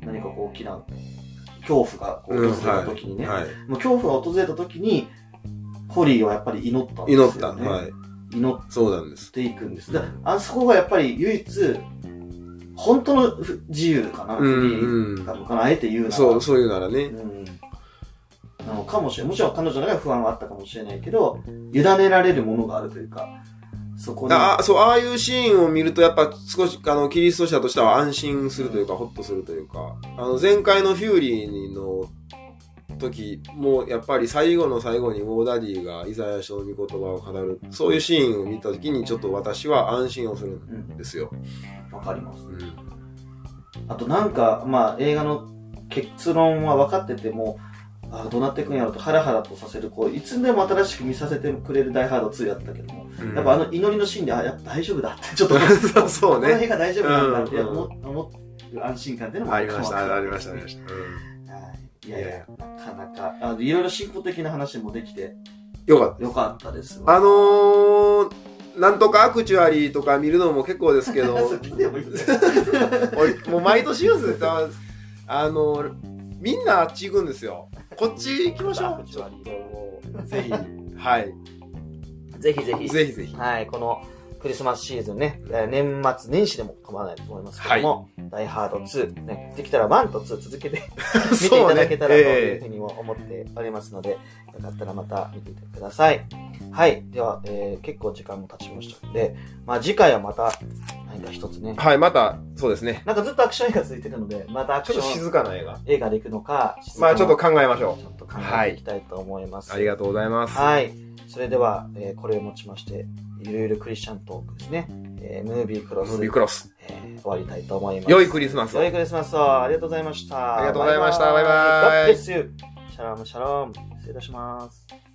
A: 何かこう、大きな、恐怖がこ
B: う
A: うん訪れた時にね、
B: はい
A: もう恐怖が訪れた時に、ホリーはやっぱり祈ったんですよ、
B: 祈
A: ね。
B: った、はい
A: 祈っ
B: そうなんです
A: ていくんです。だあそこがやっぱり唯一、本当のふ自由かな、
B: うん
A: フリーなのかな、あえて言うなら。
B: そうそういうなら
A: う
B: ね
A: ん。なのかもしれない。もちろん彼女の中で不安はあったかもしれないけど、委ねられるものがあるというか、そこに。
B: だあそうああいうシーンを見るとやっぱ少しあのキリスト者としては安心するというかホッとするというかあの前回のフューリーの時もやっぱり最後の最後にウォーダディがイザヤ書の御言葉を語るそういうシーンを見た時にちょっと私は安心をするん
A: うん
B: ですよ。
A: わかります。あとなんか、まあ映画の結論は分かってても、あどうなっていくんやろうとハラハラとさせる、こう、いつでも新しく見させてくれるダイハード2やったけども、やっぱあの祈りのシーンで、あ、やっぱ大丈夫だって、ちょっと、
B: そうそ
A: こ
B: う
A: の
B: ね。
A: 辺が大丈夫なんだって
B: うん
A: 思,、思う安心感っていうのも
B: ありました、ありました、ありま
A: し
B: した。うん
A: た。はいいやいや、なかなか、あのいろいろ進行的な話もできて、
B: よかっ
A: よかったです。
B: た。あのー、なんとかアクチュアリーとか見るのも結構ですけど、
A: そう聞いてもいいんだよ
B: 俺もう毎年言うんですよ。あのー、みんなあっち行くんですよ。こっち行きましょう。ちょっともう、ぜひ。はい。
A: ぜひぜひ。
B: ぜひぜひ。
A: はい、このクリスマスシーズンね、えー年末年始でも構わないと思いますけども、ダイハード2、ね、できたら1と2続け て見ていただけたらと
B: そうね
A: いう
B: え
A: ふう
B: え
A: にも思っておりますので、よかったらまた見てください。はい、では、えー結構時間も経ちましたので、まあ次回はまた何か一つね、
B: はい、また、そうですね。
A: なんかずっとアクション映画続いてるので、またア
B: ち
A: ク
B: ょっ
A: シ
B: と
A: ョン
B: 静かな映画。
A: 映画でいくのか、
B: まあ、ちょっと
A: ち
B: 考えましょ
A: ょっと考えていきたいと思います。
B: う。ありがとうございます。
A: はい。それでは、えーこれをもちまして、ゆるゆるクリスチャントークですね。えームービークロス、
B: ムービークロス。
A: えー終わりたいと思います。
B: 良いクリスマスを
A: 良いクリスマスを。ありがとうございました。
B: ありがとうございましたバイバイ
A: God bless you. シャロームシャローム。失礼いたします。